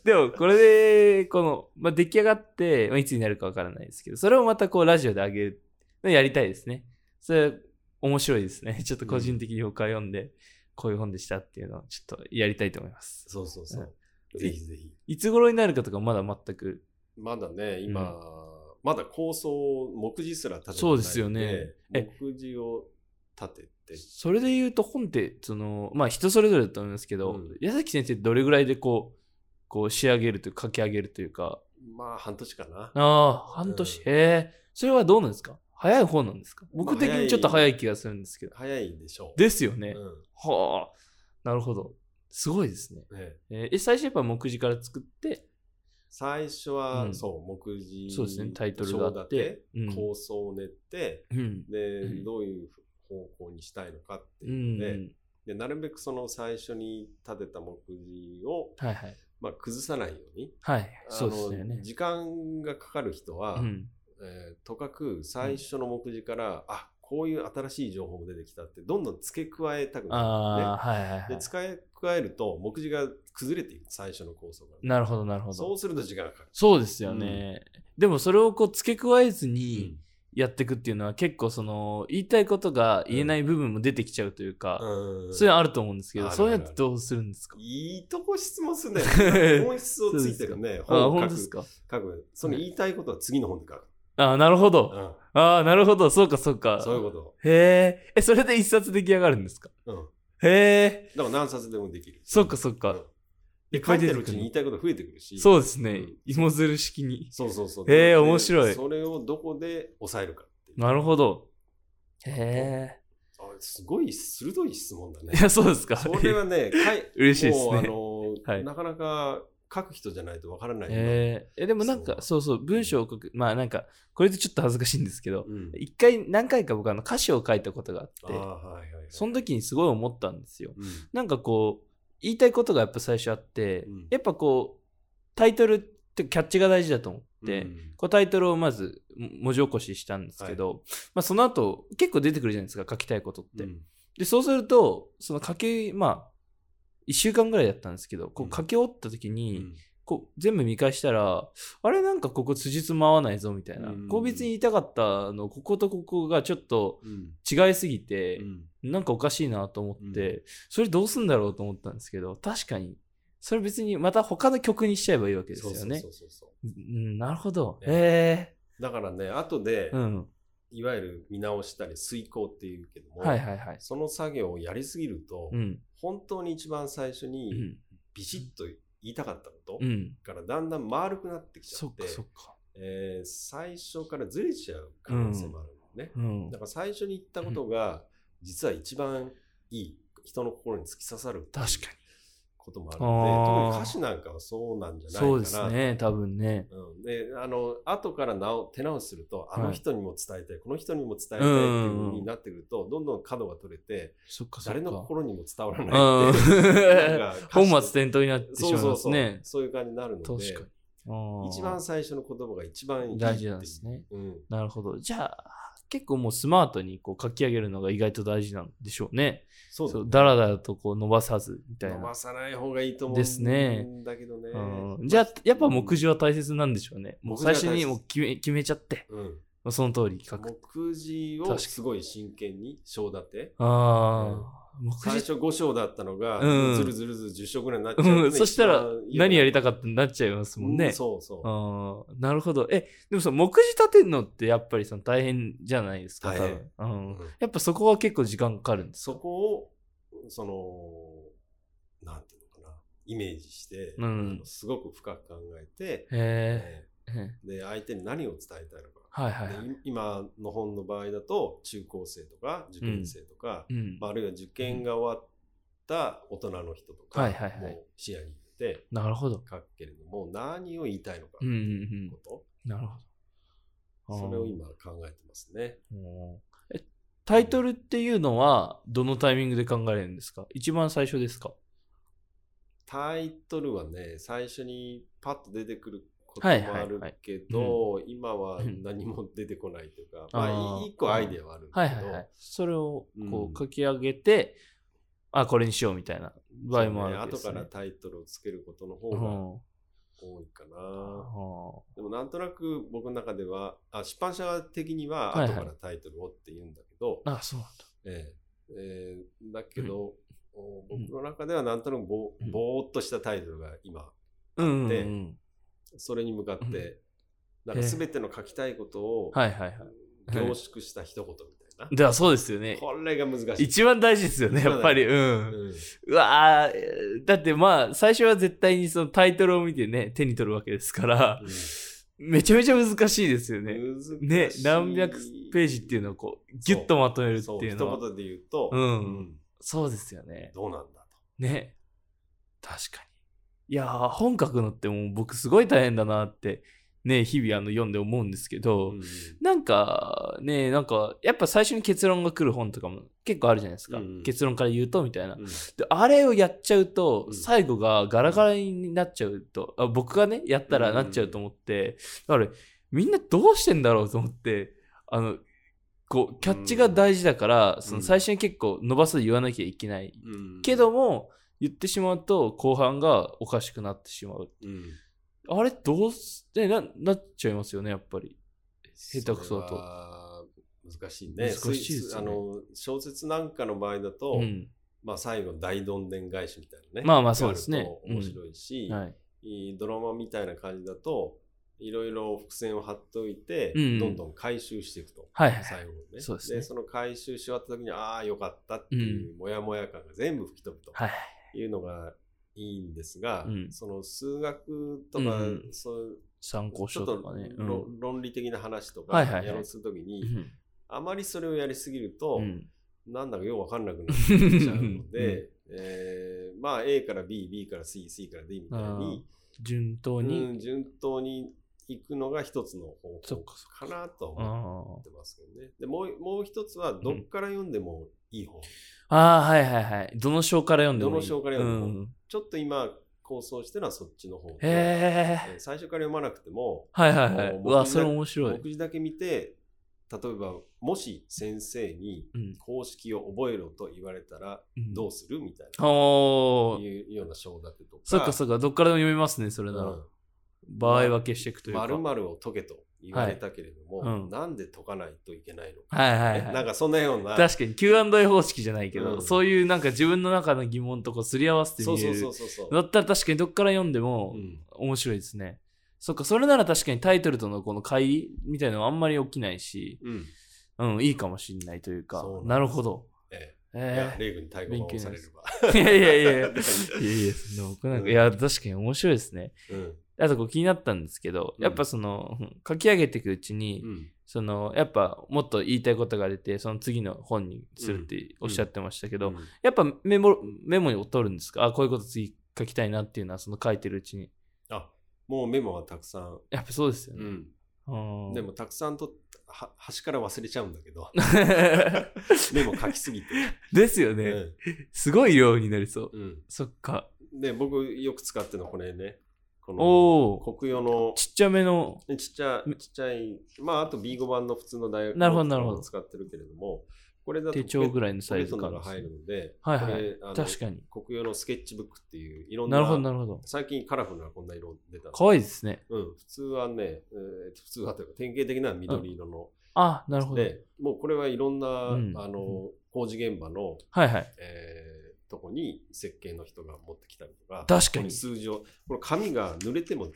Speaker 2: でも、これで、この、まあ、出来上がって、まあ、いつになるかわからないですけど、それをまたこう、ラジオで上げるのやりたいですね。それ、面白いですね。ちょっ と個人的に他読んで、こういう本でしたっていうのを、ちょっとやりたいと思います。
Speaker 3: そうそうそう。ぜひぜひ。
Speaker 2: いつ頃になるかとか、まだ全く。
Speaker 3: まだね、今、まだ構想、目次すら立ててないん
Speaker 2: そうですよねえ
Speaker 3: 目次を立てて。
Speaker 2: それで言うと、本って、その、まあ、人それぞれだと思いますけど、
Speaker 3: うん
Speaker 2: 矢崎先生、どれぐらいでこう、こう、仕上げるというか、書き上げるというか、
Speaker 3: まあ、半年かな。
Speaker 2: ああ、半年。
Speaker 3: うん
Speaker 2: へえ。それはどうなんですか早い方なんですか
Speaker 3: まあ
Speaker 2: 僕的にちょっと早い気がするんですけど。
Speaker 3: 早いでしょう。
Speaker 2: ですよね。
Speaker 3: うん
Speaker 2: はあ。なるほど。すごいですね。
Speaker 3: ね
Speaker 2: えーえ、最初やっぱ目次から作って、
Speaker 3: 最初は、
Speaker 2: うん
Speaker 3: そう、目次、
Speaker 2: そうですねタイトルがあって
Speaker 3: 章立
Speaker 2: うん
Speaker 3: て構想を練って、
Speaker 2: うん。
Speaker 3: で、
Speaker 2: うん
Speaker 3: どういう方向にしたいのかって
Speaker 2: う
Speaker 3: いうので、
Speaker 2: ん。
Speaker 3: でなるべくその最初に立てた目次を、
Speaker 2: はいはい。
Speaker 3: まあ、崩さないように、
Speaker 2: はい。
Speaker 3: あの
Speaker 2: そうですよね。
Speaker 3: 時間がかかる人は、
Speaker 2: うん。
Speaker 3: えーとかく最初の目次から、あこういう新しい情報も出てきたってどんどん付け加えたくな
Speaker 2: あ
Speaker 3: る
Speaker 2: あ、はいは
Speaker 3: ん
Speaker 2: いは
Speaker 3: で,、ね、
Speaker 2: い
Speaker 3: で。付け加えると目次が崩れていく最初の構想が
Speaker 2: なるほど、なるほ
Speaker 3: そ
Speaker 2: ど
Speaker 3: う。すると時間がかかる、
Speaker 2: そうですよね。でもそれをこう付け加えずにやっていくっていうのは結構その言いたいことが言えない部分も出てきちゃうというか、
Speaker 3: うん
Speaker 2: そういうのあると思うんですけ
Speaker 3: ある
Speaker 2: ど、
Speaker 3: ある
Speaker 2: そういうのってどうするんですか
Speaker 3: いいとこ質問するんだよ ね本質をついてるね
Speaker 2: あ、
Speaker 3: 本を
Speaker 2: 本当
Speaker 3: 書
Speaker 2: で
Speaker 3: く
Speaker 2: すか
Speaker 3: 書くその言いたいことは次の本で書く、
Speaker 2: あ、なるほど。
Speaker 3: うん
Speaker 2: ああ、なるほど。そうか、そうか。
Speaker 3: そういうこと、
Speaker 2: へえ。え、それで一冊出来上がるんですか
Speaker 3: うん、
Speaker 2: へえ。
Speaker 3: だから何冊でもできる
Speaker 2: そうか、そう
Speaker 3: う
Speaker 2: か
Speaker 3: ん。
Speaker 2: いっ
Speaker 3: 書
Speaker 2: ぱい
Speaker 3: いて
Speaker 2: 出
Speaker 3: る
Speaker 2: て
Speaker 3: うち
Speaker 2: く
Speaker 3: に言い
Speaker 2: る。
Speaker 3: たいことが増えてくるし
Speaker 2: そうですね
Speaker 3: うん。
Speaker 2: 芋づる式に。
Speaker 3: そうそうそう。
Speaker 2: へ
Speaker 3: で
Speaker 2: ー面白い
Speaker 3: それをどこで抑えるかっていう。
Speaker 2: なるほど。へ
Speaker 3: あすごい鋭い質問だね
Speaker 2: え。い。や、そうですか。
Speaker 3: それは ね、かい
Speaker 2: 嬉しいです
Speaker 3: もうあ
Speaker 2: ね。
Speaker 3: の、
Speaker 2: はい
Speaker 3: なかなか書く人じゃないとわからない。
Speaker 2: へえ。え、でもなんか、そうそう、文章を書く。まあなんか、これでちょっと恥ずかしいんですけど、
Speaker 3: うん
Speaker 2: 一回、何回か僕あの歌詞を書いたことがあって
Speaker 3: あ、ーはいはいはい。
Speaker 2: その時にすごい思ったんですよ。
Speaker 3: うん
Speaker 2: なんかこう言いたいことがやっぱ最初あって、
Speaker 3: うん
Speaker 2: やっぱこうタイトルってキャッチが大事だと思って、
Speaker 3: うん
Speaker 2: こうタイトルをまずも文字起こししたんですけど、まあ、その後結構出てくるじゃないですか書きたいことって、
Speaker 3: うん
Speaker 2: でそうするとその書きまあ1週間ぐらいだったんですけどこ
Speaker 3: うん
Speaker 2: う書き終わった時に、
Speaker 3: うん
Speaker 2: こう全部見返したらあれなんかここ辻褄合わないぞみたいな、
Speaker 3: うん
Speaker 2: こう別に言いたかったのこことここがちょっと
Speaker 3: うん
Speaker 2: 違いすぎて、
Speaker 3: うん
Speaker 2: なんかおかしいなと思って、
Speaker 3: う
Speaker 2: それどうすんだろうと思ったんですけど、確かに、それ別にまた他の曲にしちゃえばいいわけです
Speaker 3: そう
Speaker 2: よ
Speaker 3: そう
Speaker 2: ね
Speaker 3: そ。うそ
Speaker 2: うん、なるほど。
Speaker 3: ね
Speaker 2: へ
Speaker 3: う。だからね、後で
Speaker 2: え。う、ん。
Speaker 3: いわゆる見直したり、遂行っていうけども、
Speaker 2: はいはいはい。
Speaker 3: その作業をやりすぎると
Speaker 2: う、ん。
Speaker 3: 本当に一番最初
Speaker 2: う
Speaker 3: に
Speaker 2: ん。
Speaker 3: ビシッと言いたかったこと
Speaker 2: うん。
Speaker 3: からだんだん丸くなってきち
Speaker 2: そ
Speaker 3: ゃ
Speaker 2: っ
Speaker 3: っ
Speaker 2: か
Speaker 3: て、
Speaker 2: そっか。
Speaker 3: えー最初からずれちゃう可能性もあるのね。
Speaker 2: うん
Speaker 3: だ。から最初に言ったことが、実は一番いい、人の心に突き刺さる
Speaker 2: 確かに。
Speaker 3: こともあるので、特に歌詞なんかはそうなんじゃないかな。
Speaker 2: そうですね、多分ね。
Speaker 3: うん、であの後からなお手直しすると
Speaker 2: は
Speaker 3: あ
Speaker 2: い
Speaker 3: の人にも伝えたい、この人にも伝えたいっていう風になってくると、どんどん角が取れて
Speaker 2: そっかそっか。
Speaker 3: 誰の心にも伝わら
Speaker 2: う
Speaker 3: ない
Speaker 2: ん
Speaker 3: っていうなんか歌詞と
Speaker 2: 本末転倒になってしまい
Speaker 3: そうそ
Speaker 2: ま
Speaker 3: う
Speaker 2: す
Speaker 3: そう、
Speaker 2: ね。
Speaker 3: そういう感じになるので
Speaker 2: 確かに。あー
Speaker 3: 一番最初の言葉が一番いいっていう
Speaker 2: 大事なんですね。
Speaker 3: うん、
Speaker 2: なるほど。じゃあ、結構もうスマートにこう書き上げるのが意外と大事なんでしょうね。
Speaker 3: そうだ
Speaker 2: そうだらだらとこう伸ばさずみたい
Speaker 3: 伸
Speaker 2: な
Speaker 3: ば。さない方がいいと思うん
Speaker 2: ですね
Speaker 3: だけどね。
Speaker 2: うんじゃあ、やっぱ目次は大切なんでしょうね。もう最初に
Speaker 3: 目次は大切
Speaker 2: もう決め決めちゃって、
Speaker 3: うん、
Speaker 2: もうその通り書く。
Speaker 3: 目次
Speaker 2: 確か
Speaker 3: を
Speaker 2: に
Speaker 3: すごい真剣に章立て。
Speaker 2: ああ、目
Speaker 3: 最初
Speaker 2: 次。
Speaker 3: 5章だったのが、
Speaker 2: うん
Speaker 3: ずるずるずる10章ぐらいになっちゃう、
Speaker 2: うん、そしたら何やりた
Speaker 3: かっ
Speaker 2: かったになっちゃいますもんね。
Speaker 3: そうそう。
Speaker 2: あーなるほど。え、でもその目次立てるのってやっぱりその大変じゃないですか、
Speaker 3: 大
Speaker 2: 多
Speaker 3: 変
Speaker 2: 分。うん
Speaker 3: うん
Speaker 2: やっぱそこは結構時間かかるんです。
Speaker 3: そこを、その、なんていうのかな、イメージして、
Speaker 2: うん
Speaker 3: あのすごく深く考えて、え
Speaker 2: へえ。へえ
Speaker 3: ーで、相手に何を伝えたいのか。
Speaker 2: はいはい
Speaker 3: で
Speaker 2: はい。
Speaker 3: い今の本の場合だと、中高生とか受験生とか、
Speaker 2: うん
Speaker 3: まあ、あるいは受験が終わった大人の人とか
Speaker 2: はいはいはい
Speaker 3: も視野に入れて
Speaker 2: なるほど。
Speaker 3: 書くけれども、何を言いたいのか
Speaker 2: うんうん
Speaker 3: こ
Speaker 2: うん。なるほ
Speaker 3: と、
Speaker 2: ど。
Speaker 3: それを
Speaker 2: あー
Speaker 3: 今考えてますね。
Speaker 2: おーえタイトルっていうのはどのタイミングで考えるんですか一番最初ですか
Speaker 3: タイトルはね、最初にパッと出てくること
Speaker 2: はい
Speaker 3: も
Speaker 2: はいは
Speaker 3: あ
Speaker 2: い
Speaker 3: るけど、今は何も出てこないというか、まあ
Speaker 2: あー
Speaker 3: 一個アイデアはあるんだ
Speaker 2: はい
Speaker 3: け
Speaker 2: はい
Speaker 3: ど、
Speaker 2: はい。それをこ
Speaker 3: うん
Speaker 2: う書き上げて、あ、これにしようみたいな場合もあるわけで
Speaker 3: 後
Speaker 2: す、ね。
Speaker 3: からタイトルをつけることの方
Speaker 2: う
Speaker 3: が
Speaker 2: ん
Speaker 3: 多いかな。
Speaker 2: あー
Speaker 3: でもなんとなく僕の中では、あ出版社的には
Speaker 2: はいはい
Speaker 3: 後からタイトルをって言うんだけど、
Speaker 2: あ、そうなんだ。
Speaker 3: ええええだけど、お僕の中ではなんとなくぼ,、
Speaker 2: うん
Speaker 3: ぼーっとしたタイトルが今
Speaker 2: うんうんう
Speaker 3: で
Speaker 2: ん。
Speaker 3: それに向かって、なんか全ての書きたいことを
Speaker 2: はいはいはい。
Speaker 3: 凝縮した一言みたいな、
Speaker 2: ではそうですよね。
Speaker 3: これが難しい、
Speaker 2: 一番大事ですよね、やっぱり。う。
Speaker 3: うんん
Speaker 2: うわーえーだってまあ、最初は絶対にそのタイトルを見てね、手に取るわけですから、めちゃめちゃ難しいですよね。
Speaker 3: 難しい
Speaker 2: ね、何百ページっていうのをこう、ギュッとまとめるって
Speaker 3: そう
Speaker 2: いうのは。
Speaker 3: 一言で言うと、
Speaker 2: うんそうですよね。
Speaker 3: どうなんだ
Speaker 2: ね。確かに。いやー、本書くのってもう僕すごい大変だなって、ね、日々あの読んで思うんですけ
Speaker 3: と、
Speaker 2: ど、
Speaker 3: うん
Speaker 2: なんかね、なんかやっぱ最初に結論が来る本とかも結構あるじゃないですか。
Speaker 3: うん
Speaker 2: 結論から言うとみたいな。
Speaker 3: うん
Speaker 2: で、あれをやっちゃうと、
Speaker 3: うん
Speaker 2: 最後がガラガラになっちゃうと、あ僕がね、やったらなっちゃうと思って、だからみんなどうしてんだろうと思って、あの、こう、キャッチが大事だから、その最初に結構伸ばす言わなきゃいけない。
Speaker 3: うん
Speaker 2: けど、も、言ってしまうと後半がおかしくなってしまう。
Speaker 3: うん
Speaker 2: あれどうす、ね、ななっちゃいますよね、やっぱり。下手くそだと
Speaker 3: れは難しいね
Speaker 2: 難しいですよね
Speaker 3: あの小説なんかの場合だと、
Speaker 2: うん。
Speaker 3: まあ、最後大どんでん返しみたいなね。
Speaker 2: まあまあそうですね
Speaker 3: やると面白いし、
Speaker 2: はい。
Speaker 3: いいドラマみたいな感じだと、いろいろ伏線を張っておいて、
Speaker 2: うん
Speaker 3: どんどん回収していくと。
Speaker 2: はいはい。
Speaker 3: 最後のね。
Speaker 2: そうですね
Speaker 3: その回収し終わった時に、ああ、よかったっていう、もやもや感が全部吹き飛ぶと
Speaker 2: はい。
Speaker 3: いうのがいいんですが、
Speaker 2: うん
Speaker 3: その数学とか、
Speaker 2: うん
Speaker 3: そう
Speaker 2: 参考
Speaker 3: ちょ
Speaker 2: 書
Speaker 3: っと
Speaker 2: とかね。
Speaker 3: ろ論理的な話と
Speaker 2: は
Speaker 3: か
Speaker 2: いはいはい
Speaker 3: やろうとするときに、
Speaker 2: うん
Speaker 3: あまりそれをやりすぎると、
Speaker 2: うん
Speaker 3: なんだかよくわかんなくなっちゃうので、 えーまあ A から B、B から C、C から D みたいに、
Speaker 2: 順当に。
Speaker 3: うん順当に行くのが一つの方
Speaker 2: そっ
Speaker 3: 法
Speaker 2: かそ
Speaker 3: かなとは思
Speaker 2: あ
Speaker 3: ってますけどね。でもうもう一つは、どっから読んでもいい本。
Speaker 2: ああー、はいはいはい。どの章から読んでもいい。
Speaker 3: どの章から読んでもいい
Speaker 2: うん
Speaker 3: ちょっと今、構想してるのはそっちの方で、
Speaker 2: へ
Speaker 3: え
Speaker 2: え。
Speaker 3: ー最初から読まなくても、
Speaker 2: はいはいはい。
Speaker 3: も
Speaker 2: う
Speaker 3: う
Speaker 2: わ、
Speaker 3: 僕に
Speaker 2: それ面白
Speaker 3: 目
Speaker 2: い。
Speaker 3: 次だけ見て、例えば、もし先生に
Speaker 2: うん
Speaker 3: 公式を覚えろと言われたら
Speaker 2: うん
Speaker 3: どうするみたいな、
Speaker 2: おー。
Speaker 3: いうような章立てとか。
Speaker 2: そっかそっか、どっからでも読めますね、それな
Speaker 3: うん
Speaker 2: ら。場合分けしていくというか。
Speaker 3: まるまるを解けと言われたけれども、
Speaker 2: はいうん
Speaker 3: なんで解かないといけないのか、
Speaker 2: はいはい
Speaker 3: ねな
Speaker 2: は
Speaker 3: ん
Speaker 2: い。
Speaker 3: かそんなような。
Speaker 2: 確かに Q&A 方式じゃないけ
Speaker 3: う
Speaker 2: ど、
Speaker 3: ん
Speaker 2: そういうなんか自分の中の疑問とこうすり合わせて
Speaker 3: そう
Speaker 2: み
Speaker 3: そ
Speaker 2: え
Speaker 3: うそう
Speaker 2: る。
Speaker 3: そうそう。
Speaker 2: だったら確かにどっから読んでも
Speaker 3: うん
Speaker 2: 面白いですね。そっか、それなら確かにタイトルとのこの乖離みたいなのはあんまり起きないし、
Speaker 3: うん
Speaker 2: うん、いいかもしれないというか、
Speaker 3: そうなんです
Speaker 2: なるほど。
Speaker 3: ええいや
Speaker 2: え
Speaker 3: レイ君に対抗をされれば。。
Speaker 2: えいやいやい やいやいやいや、そんな僕なん
Speaker 3: う
Speaker 2: か、
Speaker 3: ん
Speaker 2: いや、確かに面白いですね。
Speaker 3: うん
Speaker 2: あとこう気になったんですけど、
Speaker 3: うん
Speaker 2: やっぱその、うん書き上げていくうちに、
Speaker 3: うん
Speaker 2: その、やっぱもっと言いたいことが出て、その次の本にするっておっしゃってましたけど、
Speaker 3: うん
Speaker 2: やっぱメモ、メモを取るんですかあ、こういうこと次書きたいなっていうのはその書いてるうちに
Speaker 3: あもうメモはたくさん、
Speaker 2: やっぱそうですよ
Speaker 3: う
Speaker 2: ね、
Speaker 3: ん、
Speaker 2: うん
Speaker 3: でもたくさんとは端から忘れちゃうんだけ どメ
Speaker 2: で
Speaker 3: モ書きすぎて、
Speaker 2: ですよね、すごい量になりそう
Speaker 3: うんうん
Speaker 2: そっか
Speaker 3: で僕よく使ってるのこれねこの
Speaker 2: おお
Speaker 3: 国用の
Speaker 2: ちっちゃめの
Speaker 3: ちっちゃちっちゃいまああと B5 版の普通の大学
Speaker 2: なるほどなるほど
Speaker 3: の使ってるけれどもこれだと
Speaker 2: 手帳ぐ
Speaker 3: らい
Speaker 2: らいのサイズ感
Speaker 3: が入るので、
Speaker 2: はいはい
Speaker 3: これあの
Speaker 2: 確かに
Speaker 3: 国用のスケッチブックっていういろん
Speaker 2: な
Speaker 3: な
Speaker 2: るほどなるほど
Speaker 3: 最近カラフルなこんな色出たの
Speaker 2: かわいいですね
Speaker 3: うん、普通はね、えー普通はというか典型的な緑色の、
Speaker 2: あなるほど
Speaker 3: でもうこれはいろんな、
Speaker 2: うん
Speaker 3: あ
Speaker 2: う
Speaker 3: の工事現場の、
Speaker 2: はいはい
Speaker 3: えーとこに設計の人が持ってきたりとか
Speaker 2: 確
Speaker 3: こ
Speaker 2: か
Speaker 3: こ
Speaker 2: に
Speaker 3: に数字をこの紙が濡れても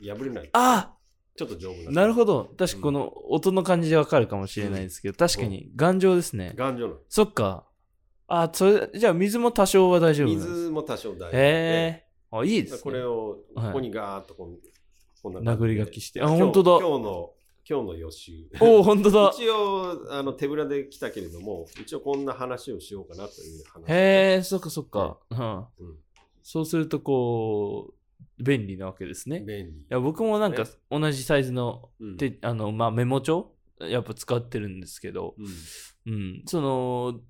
Speaker 3: 破れない
Speaker 2: あ
Speaker 3: ちょっと丈夫
Speaker 2: なるほ
Speaker 3: ど
Speaker 2: ど確かこの音の感じでわかるかもしれないですけど確かに頑丈ですね
Speaker 3: 頑丈なの
Speaker 2: そっかあそれじゃあ水も多少は大丈夫なんです
Speaker 3: 水も多少大丈夫で
Speaker 2: へえあいいですね
Speaker 3: これをこ
Speaker 2: はい
Speaker 3: こにガーッとこ,、こんな
Speaker 2: 殴り書
Speaker 3: 書
Speaker 2: きしてあ本当だ
Speaker 3: 今日の今日の予習
Speaker 2: おお本当 だ
Speaker 3: 一応あの手ぶらで来たけれども一応こんな話をしようかなという話
Speaker 2: へえ、そっかそっか。うん
Speaker 3: うん
Speaker 2: そうすると、こう、便利なわけですね。い
Speaker 3: 便利
Speaker 2: や僕もなんか
Speaker 3: ね
Speaker 2: 同じサイズの,、
Speaker 3: うん
Speaker 2: てあのまあ、メモ帳やっぱ使ってるんですけど、
Speaker 3: うん
Speaker 2: うん、その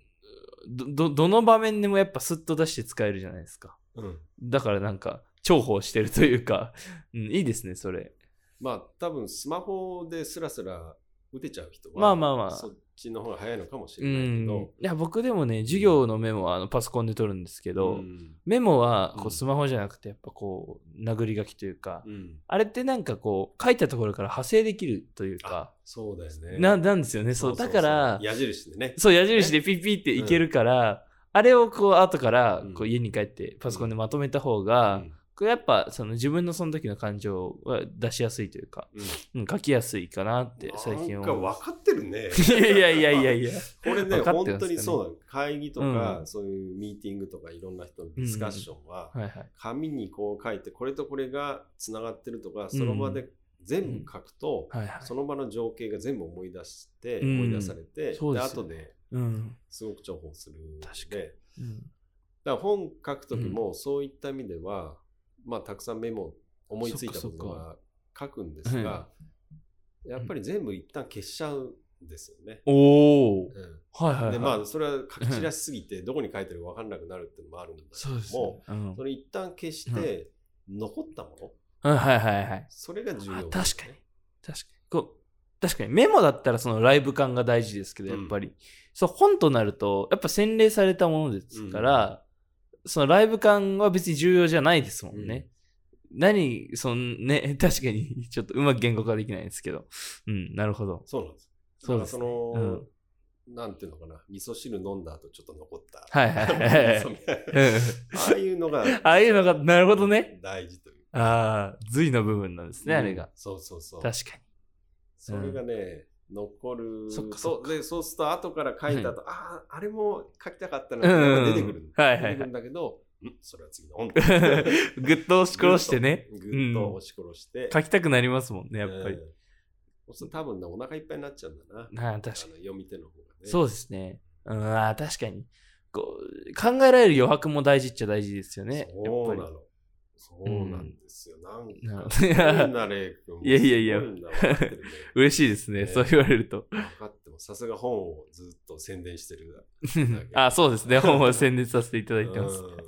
Speaker 2: どどどの場面でもやっぱスッと出して使えるじゃないですか
Speaker 3: うん
Speaker 2: だからなんか重宝してるというか、 うん、いいですねそれ
Speaker 3: まあ多分スマホでスラスラ打てちゃう人は
Speaker 2: まあまあまあ
Speaker 3: そっちの方が早いのかもし
Speaker 2: う
Speaker 3: れないけ
Speaker 2: ん
Speaker 3: ど、
Speaker 2: いや僕でもね授業のメモはあのパソコンで取るんですけ
Speaker 3: う
Speaker 2: ど、
Speaker 3: ん
Speaker 2: メモはこ
Speaker 3: う
Speaker 2: うんスマホじゃなくてやっぱこう殴り書きというか、
Speaker 3: うん
Speaker 2: あれってなんかこう書いたところから派生できるというか、
Speaker 3: そうだよね
Speaker 2: ななんですよねそうだから
Speaker 3: 矢印でね
Speaker 2: そう矢印でピッピッっていけるから、あれをこう後から
Speaker 3: うん
Speaker 2: こう家に帰ってパソコンでまとめた方が、
Speaker 3: うん
Speaker 2: こうやっぱその自分のその時の感情は出しやすいというか、
Speaker 3: うん
Speaker 2: うん、書きやすいかなって最近
Speaker 3: なんか
Speaker 2: 思う。
Speaker 3: 分かってる ね
Speaker 2: いやいやいやいやいや。
Speaker 3: これね
Speaker 2: 分かってますかね
Speaker 3: 本当にそうなの会議とか、
Speaker 2: うん
Speaker 3: そういうミーティングとかいろんな人のディスカッションは、
Speaker 2: はいはい。
Speaker 3: 紙にこう書いてこれとこれがつながってるとかその場で全部書くと、
Speaker 2: はいはい。
Speaker 3: その場の情景が全部思い出して、
Speaker 2: うん
Speaker 3: 思い出されて、
Speaker 2: そう
Speaker 3: で
Speaker 2: ですよ
Speaker 3: 後で
Speaker 2: うん。
Speaker 3: すごく重宝するので
Speaker 2: 確かにうん
Speaker 3: だから本書くときもそういった意味では、まあたくさんメモ思いついた
Speaker 2: そ
Speaker 3: こ
Speaker 2: っかそ
Speaker 3: と
Speaker 2: っか
Speaker 3: は書くんですが、やっぱり全部一旦消しちゃうんですよね。
Speaker 2: おお。
Speaker 3: うん
Speaker 2: はいはい、はい。
Speaker 3: でまあそれは書き散らしすぎてどこに書いてるか分かんなくなるっていうのもあるんだけ
Speaker 2: そうです
Speaker 3: ど
Speaker 2: ね
Speaker 3: も、
Speaker 2: うん
Speaker 3: そ。れ一旦消して残ったもの
Speaker 2: うんはいはいはい。
Speaker 3: それが重
Speaker 2: あ
Speaker 3: 要、
Speaker 2: 確かに。確かにこう確かにメモだったらそのライブ感が大事ですけどや
Speaker 3: う
Speaker 2: っ
Speaker 3: ん
Speaker 2: ぱり、そう本となるとやっぱ洗練されたものですから、そのライブ感は別に重要じゃないですもんね、何そのね 確かにちょっとうまく言語化できないですけどうんなるほど
Speaker 3: そうなんです
Speaker 2: そう
Speaker 3: だから
Speaker 2: です
Speaker 3: そ
Speaker 2: ね
Speaker 3: の、
Speaker 2: うん
Speaker 3: なんていうのかな味噌汁飲んだ後ちょっと残った
Speaker 2: はいはいはいはいうん
Speaker 3: ああいうのが、
Speaker 2: ああいうのがなるほどね。
Speaker 3: 大事という。
Speaker 2: ああ髄の部分なんですね、あれが
Speaker 3: そうそうそう。
Speaker 2: 確かに
Speaker 3: それがね、残る。
Speaker 2: そっかそ
Speaker 3: そうで、そうすると、後から書いた後、ああ、あれも書きたかったな、
Speaker 2: うんうんうん
Speaker 3: やっぱ出てくる。
Speaker 2: はいはいはい
Speaker 3: 出てくるんだけど、んそれは次の本。
Speaker 2: ぐっと押し 殺してね
Speaker 3: ぐっとぐっと押し殺して。
Speaker 2: 書きたくなりますもんねやっぱり
Speaker 3: うん。、そうすると多分ね、お腹いっぱいになっちゃうんだな。
Speaker 2: なあ確かに
Speaker 3: あの読み手の方がね。
Speaker 2: そうですね。うん、あー確かにこう。考えられる余白も大事っちゃ大事ですよね。
Speaker 3: そう
Speaker 2: や
Speaker 3: な
Speaker 2: っぱ
Speaker 3: の。そうなんですよ。なんか、す
Speaker 2: り
Speaker 3: ごい
Speaker 2: な
Speaker 3: な、レイ君。
Speaker 2: いやいやいや
Speaker 3: すごな分かってるね
Speaker 2: 嬉しいですね、
Speaker 3: ね
Speaker 2: そう言われると。
Speaker 3: 分かってもさすが本をずっと宣伝してる
Speaker 2: あ、そうですね。本を宣伝させていただいてます。
Speaker 3: うん
Speaker 2: 確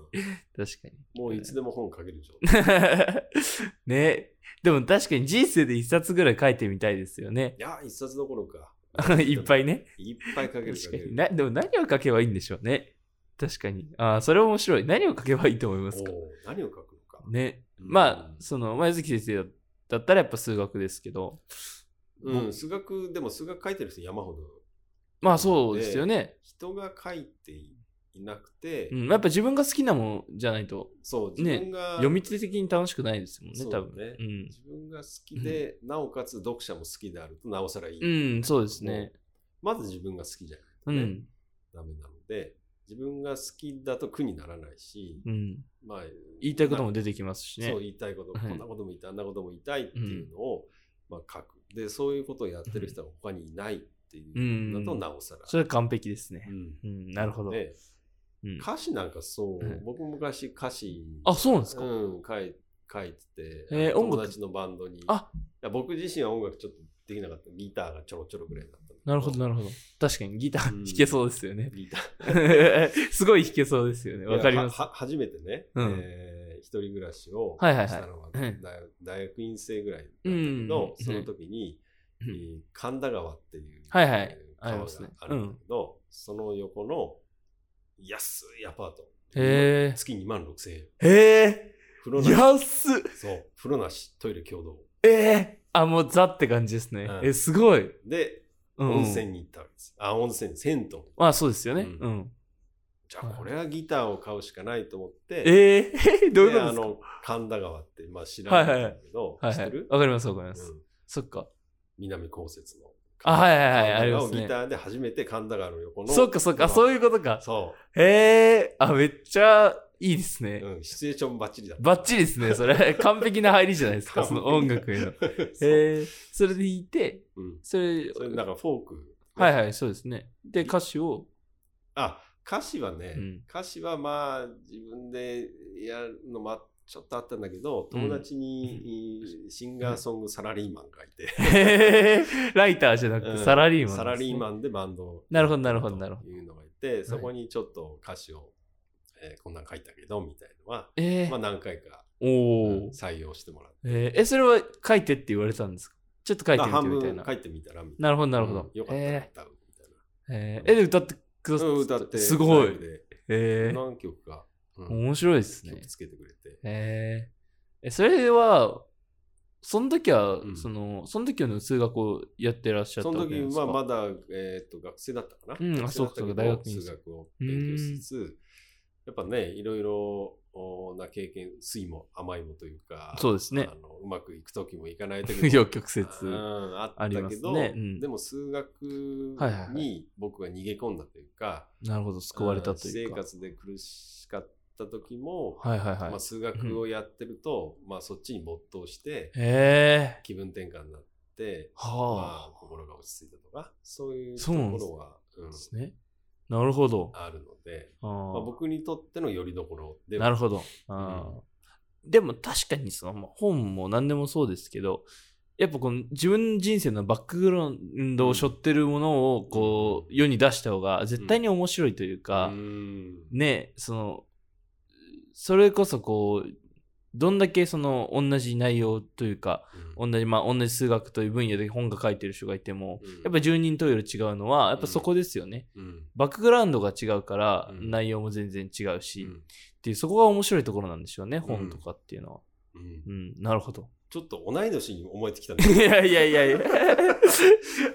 Speaker 2: かに。
Speaker 3: もういつでも本書ける状態
Speaker 2: ね。でも確かに人生で一冊ぐらい書いてみたいですよね
Speaker 3: い。や一冊どころか
Speaker 2: いっぱいね。
Speaker 3: いっぱい書ける
Speaker 2: 確
Speaker 3: 書
Speaker 2: か
Speaker 3: ける
Speaker 2: にな。でも何を書けばいいんでしょうね。確かに。あーそれ面白い。何を書けばいいと思いますか
Speaker 3: おう何を書くのか、
Speaker 2: ね。
Speaker 3: うん
Speaker 2: まあ、その、前月先生だったらやっぱ数学ですけど。
Speaker 3: うん、数学でも数学書いてる人山ほど
Speaker 2: まあそうですよね。
Speaker 3: 人が書いていなくて、
Speaker 2: うん、やっぱ自分が好きなものじゃないと
Speaker 3: そう自
Speaker 2: ね
Speaker 3: 分が、
Speaker 2: 読み手的に楽しくないですもんね
Speaker 3: そうだ
Speaker 2: 多
Speaker 3: ね
Speaker 2: 分うん、
Speaker 3: 自分が好きで、なおかつ読者も好きであるとなおさらいい、
Speaker 2: うん、そうですね
Speaker 3: まず自分が好きじゃ
Speaker 2: う
Speaker 3: ないとね、
Speaker 2: ん、
Speaker 3: ダメなので自分が好きだと苦にならないし、
Speaker 2: うん、
Speaker 3: まあ
Speaker 2: 言いたいことも出てきますしね
Speaker 3: そう言いたいこと、
Speaker 2: はい
Speaker 3: こんなことも言いたい、あんなことも言いたいっていうのを、まあ、書く。で、そういうことをやってる人が他にいないっていうのだ
Speaker 2: う
Speaker 3: と、
Speaker 2: ん
Speaker 3: なおさら。
Speaker 2: それは完璧ですね
Speaker 3: うん
Speaker 2: うん、なるほど、
Speaker 3: ね
Speaker 2: ううん
Speaker 3: 歌詞なんかそう、
Speaker 2: うん
Speaker 3: 僕昔歌詞、
Speaker 2: あ、そうなんですか。
Speaker 3: うん、書い書いてて、
Speaker 2: えー
Speaker 3: 友
Speaker 2: 音楽
Speaker 3: 達のバンドに。
Speaker 2: あ
Speaker 3: いや僕自身は音楽ちょっとできなかった。ギターがちょろちょろぐらいだったんだけ。
Speaker 2: なるほど、なるほど。確かにギタ
Speaker 3: うん
Speaker 2: ー弾けそうですよね。
Speaker 3: ギター。
Speaker 2: すごい弾けそうですよね。わかります。
Speaker 3: いやはは初めてね、
Speaker 2: うん
Speaker 3: えー一人暮らしを
Speaker 2: はいはいはい
Speaker 3: したのは
Speaker 2: うん
Speaker 3: 大大学院生ぐらいだったけど、
Speaker 2: うん
Speaker 3: その時に、
Speaker 2: うん
Speaker 3: えー神田川っていう、
Speaker 2: はいはい
Speaker 3: えー
Speaker 2: あり
Speaker 3: 川
Speaker 2: ま
Speaker 3: が
Speaker 2: すね
Speaker 3: あるんだけど、その横の安いアパート。
Speaker 2: へ
Speaker 3: 月2万6千円。
Speaker 2: え。へ
Speaker 3: 風呂
Speaker 2: え。
Speaker 3: なし。
Speaker 2: 安っ
Speaker 3: そう。風呂なし、トイレ共同。
Speaker 2: ええ。あ、もうザって感じですね
Speaker 3: う。ん
Speaker 2: え、すごい。
Speaker 3: で、
Speaker 2: うん
Speaker 3: 温泉に行ったわけです。あ、温泉、銭湯。
Speaker 2: まあそうですよね。
Speaker 3: う
Speaker 2: うん。
Speaker 3: じゃあ、これはギターを買うしかないと思って、
Speaker 2: ええ。 どういう
Speaker 3: で
Speaker 2: ことで
Speaker 3: あ
Speaker 2: すか
Speaker 3: の、神田川って、まあ知らないんだけど、
Speaker 2: はい
Speaker 3: 知っ
Speaker 2: は
Speaker 3: て
Speaker 2: い
Speaker 3: る。
Speaker 2: わかります、わかりま
Speaker 3: う
Speaker 2: す
Speaker 3: ん。
Speaker 2: そっか。
Speaker 3: 南高雪の。
Speaker 2: あ、はいはいはい。
Speaker 3: 神田
Speaker 2: ありま
Speaker 3: 川を
Speaker 2: す
Speaker 3: ギ
Speaker 2: ね。
Speaker 3: ターで初めて神田川の横の。
Speaker 2: そっかそっか。あそういうことか。
Speaker 3: そ
Speaker 2: へえ。あ、めっちゃいいです
Speaker 3: う。
Speaker 2: ね。
Speaker 3: うん、シチュエーションバッチリだった。
Speaker 2: バッチリですね。それ、完璧な入りじゃないですか。
Speaker 3: 完
Speaker 2: そ
Speaker 3: 璧
Speaker 2: の音楽への。
Speaker 3: そう
Speaker 2: へえ。それで弾いて、
Speaker 3: うん。
Speaker 2: それ、
Speaker 3: それなんかフォーク。
Speaker 2: はい
Speaker 3: い。
Speaker 2: はい、そうですね。で、歌 詞を、
Speaker 3: あ、歌詞はね、
Speaker 2: うん
Speaker 3: 歌詞はまあ、自分でやるのもちょっとあったんだけど、友達にいいシンガーソングサラリーマンがいて。
Speaker 2: へーライターじゃなく
Speaker 3: うん
Speaker 2: てサラリーマン、
Speaker 3: サラリーマ
Speaker 2: ン。
Speaker 3: ンでバンドを
Speaker 2: なるほどなるほどなるほど
Speaker 3: というのがいて、そこにちょっと歌詞を、えーこんなん書いたけど、みたいのは、
Speaker 2: えー
Speaker 3: まあ何回か
Speaker 2: お
Speaker 3: うん
Speaker 2: お、
Speaker 3: 採用してもらって。
Speaker 2: えーえ、それは書いてって言われたんですかちょっと書いて
Speaker 3: まあ半
Speaker 2: みてみたい
Speaker 3: 分
Speaker 2: な
Speaker 3: 書。いてみたら、みたい
Speaker 2: なるほどなるほ
Speaker 3: う
Speaker 2: ど
Speaker 3: ん。よかったら
Speaker 2: え
Speaker 3: 歌う、みたいな。
Speaker 2: ーえーえで、歌ってくださ
Speaker 3: うん歌って、
Speaker 2: すご
Speaker 3: ライブ。
Speaker 2: い
Speaker 3: で
Speaker 2: えー
Speaker 3: 何曲か、うん
Speaker 2: 面白いですね
Speaker 3: 曲。つけてくれて。
Speaker 2: えーえ、それは、その時は、
Speaker 3: うん
Speaker 2: その、その時の数学をやってらっしゃった
Speaker 3: そ
Speaker 2: わけ
Speaker 3: の時
Speaker 2: なんですか
Speaker 3: はまだ、えー、と学生だったかな。
Speaker 2: うんあ
Speaker 3: 学生だったけど
Speaker 2: そうかそうか大学院
Speaker 3: 数学を勉強しつつ、やっぱね、いろいろおな経験、酸いも甘いもというか、
Speaker 2: そうですね
Speaker 3: あのうまくいく時もいかない 時
Speaker 2: 不
Speaker 3: も
Speaker 2: 要曲折。
Speaker 3: うんあった
Speaker 2: ありま
Speaker 3: け
Speaker 2: す
Speaker 3: ど、
Speaker 2: ねうん
Speaker 3: でも数学
Speaker 2: はいはいは
Speaker 3: に僕が逃げ込んだというか、
Speaker 2: なるほど、救われたという
Speaker 3: うん
Speaker 2: か。
Speaker 3: 私生活で苦しかった時も、
Speaker 2: はいはいはい
Speaker 3: まあ、。数学をやってると、まあ、そっちに没頭して
Speaker 2: へえ。
Speaker 3: 気分転換になって、ま
Speaker 2: は
Speaker 3: あ、心が落ち着いたとかそういうと
Speaker 2: そうなん
Speaker 3: こ
Speaker 2: です
Speaker 3: ろはうん
Speaker 2: あ。ですね。なるほど。
Speaker 3: あるので、
Speaker 2: あ
Speaker 3: まあ、
Speaker 2: ー
Speaker 3: 僕にとってのよりどころで
Speaker 2: なる
Speaker 3: ほ
Speaker 2: ほど。あーでも確かにそのまあ本も何でもそうですけど、やっぱこの自分の人生のバックグラウンドを背負ってるものをこう世に出した方が絶対に面白いというか、ね、その、それこそこう、どんだけその同じ内容というか、同じ、まあ同じ数学という分野で本が書いてる人がいても、やっぱ
Speaker 3: り、
Speaker 2: 10人とより違うのは、やっぱそこですよね。
Speaker 3: うん
Speaker 2: バックグラウンドが違うから、
Speaker 3: うん
Speaker 2: 内容も全然違う
Speaker 3: う
Speaker 2: し、っ
Speaker 3: ん
Speaker 2: ていうそこが面白いところなんでしょうね、本とかっていうのは。
Speaker 3: うん
Speaker 2: うん、なるほど。
Speaker 3: ちょっと同い年に思えてきたん
Speaker 2: いやいやいやいや。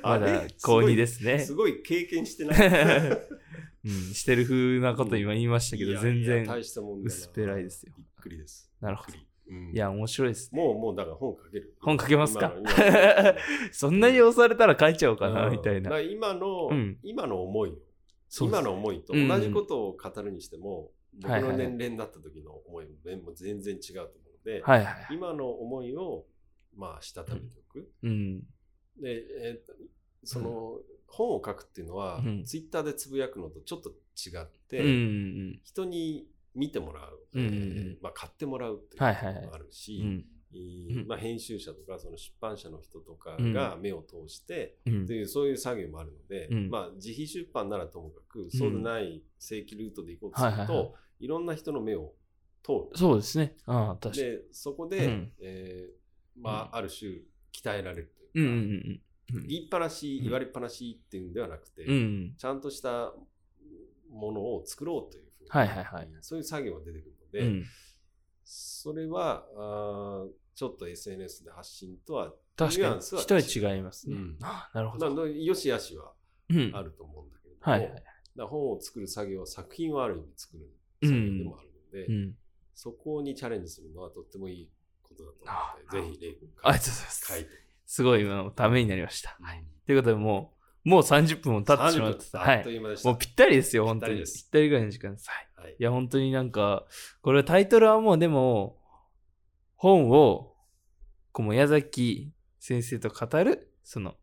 Speaker 2: ま
Speaker 3: あ
Speaker 2: だ
Speaker 3: れ
Speaker 2: 高2ですね。
Speaker 3: すごい経験して ない。
Speaker 2: うん、してる風なこと今言いましたけ
Speaker 3: い
Speaker 2: ど、
Speaker 3: や
Speaker 2: 全
Speaker 3: いや
Speaker 2: 然
Speaker 3: 大。したもんだな
Speaker 2: 薄っぺらいですよ
Speaker 3: びっくりです。
Speaker 2: なる
Speaker 3: びっ
Speaker 2: ほ
Speaker 3: く
Speaker 2: ど。
Speaker 3: り。うん
Speaker 2: いや、面白いですね。
Speaker 3: もう、もう、だから本書ける。
Speaker 2: 本書けますか
Speaker 3: 今の今の
Speaker 2: そんなに押されたら書いちゃおうかな、
Speaker 3: うん
Speaker 2: みた
Speaker 3: だ
Speaker 2: いな
Speaker 3: か。ら今の
Speaker 2: うん、
Speaker 3: 今の思い、
Speaker 2: そうです
Speaker 3: 今の思いと
Speaker 2: うん
Speaker 3: 同じことを語るにしても、僕
Speaker 2: はいはい
Speaker 3: の
Speaker 2: はい
Speaker 3: 年齢になった時の思いも全も全然違うと思うので、
Speaker 2: はいはい。
Speaker 3: 今の思いを、まあ、したためておく。
Speaker 2: うん。
Speaker 3: で、えーとその、本を書くっていうのは
Speaker 2: うん、
Speaker 3: ツイッターでつぶやくのとちょっと違っ
Speaker 2: うんう
Speaker 3: て、
Speaker 2: ん
Speaker 3: 人に見てもらう、
Speaker 2: うんうんうん
Speaker 3: えーまあ、買ってもらうっていう
Speaker 2: はいはいはい
Speaker 3: のもあるし、
Speaker 2: うん。うん
Speaker 3: えー
Speaker 2: うん
Speaker 3: まあ、編集者とかその出版社の人とか
Speaker 2: うん
Speaker 3: が目を通して、
Speaker 2: うん
Speaker 3: と。いうそういう作業もあるので、
Speaker 2: うん
Speaker 3: まあ、自費出版ならともかくそうでない正規ルートで行こうと
Speaker 2: はい
Speaker 3: する
Speaker 2: はい
Speaker 3: と、
Speaker 2: はい
Speaker 3: ろんな人の目を通
Speaker 2: そうですね。ああ、
Speaker 3: る
Speaker 2: 確かに。
Speaker 3: でそこで、
Speaker 2: うん
Speaker 3: えーまあ、ある種鍛えられると
Speaker 2: う
Speaker 3: い
Speaker 2: ん
Speaker 3: う
Speaker 2: う
Speaker 3: か、
Speaker 2: んうんうん。
Speaker 3: 言いっぱなし
Speaker 2: うん
Speaker 3: 言われっぱなしっていうんではなくて、
Speaker 2: うん。
Speaker 3: ちゃんとしたものを作ろうというふうに
Speaker 2: はいはいはい
Speaker 3: そういう作業が出てくるので、
Speaker 2: うん。
Speaker 3: それはあーちょっと SNS で発信とは
Speaker 2: 確
Speaker 3: ニュ
Speaker 2: か
Speaker 3: ア
Speaker 2: に。
Speaker 3: ンスは
Speaker 2: 人は違いますね。
Speaker 3: うん
Speaker 2: ああなるほ
Speaker 3: まあ、
Speaker 2: ど。
Speaker 3: の良し悪しは
Speaker 2: うん
Speaker 3: あると思うんだけれども、
Speaker 2: はいは
Speaker 3: だか
Speaker 2: い。
Speaker 3: ら本を作る作業は作品はある意味作る
Speaker 2: うん
Speaker 3: 作業でもあるので、
Speaker 2: うん。
Speaker 3: そこにチャレンジするのはとってもいいことだと思うので、ぜひレイ君
Speaker 2: あ
Speaker 3: から
Speaker 2: りがとうございます
Speaker 3: 書いて。
Speaker 2: すごい今のためになりました。
Speaker 3: はい、
Speaker 2: ということで、もう、もう30分も経ってしまってた。は
Speaker 3: あっと
Speaker 2: い。
Speaker 3: いう間でした。
Speaker 2: もうぴったりですよ、本当
Speaker 3: ぴったり
Speaker 2: に。
Speaker 3: で
Speaker 2: ぴっ
Speaker 3: す
Speaker 2: たりぐらいの時間です。はい。
Speaker 3: はい
Speaker 2: いや、本当になんか、これタイトルはもうでも、本を、こう、宮崎先生と語る、その、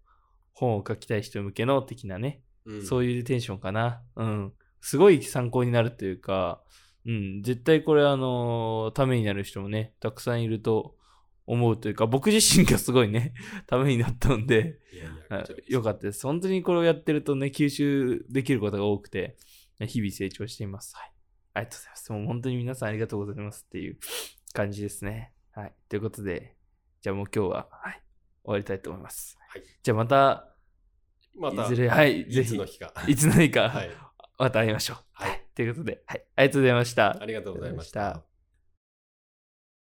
Speaker 2: 本を書きたい人向けの的なね、
Speaker 3: うん
Speaker 2: そういうテンションかな。うん。すごい参考になるというか、うん、絶対これあのためになる人もね、たくさんいると思うというか、僕自身がすごいね、 ためになったんで、
Speaker 3: いやいや
Speaker 2: あよかったです。本当にこれをやってるとね、吸収できることが多くて、日々成長しています。はい。ありがとうございます。もう本当に皆さんありがとうございますっていう感じですね。はい。ということで、じゃあもう今日は、はい、終わりたいと思います。
Speaker 3: はい
Speaker 2: じゃあまた、
Speaker 3: また、
Speaker 2: いずれ、はい、ぜ
Speaker 3: いつ
Speaker 2: ひ
Speaker 3: の、日か。
Speaker 2: いつの日か、
Speaker 3: はい。
Speaker 2: また会いましょう。
Speaker 3: はい
Speaker 2: はい。ということで、はい。ありがとうございました。
Speaker 3: ありがとうございまし
Speaker 2: ありがとうございました
Speaker 3: た。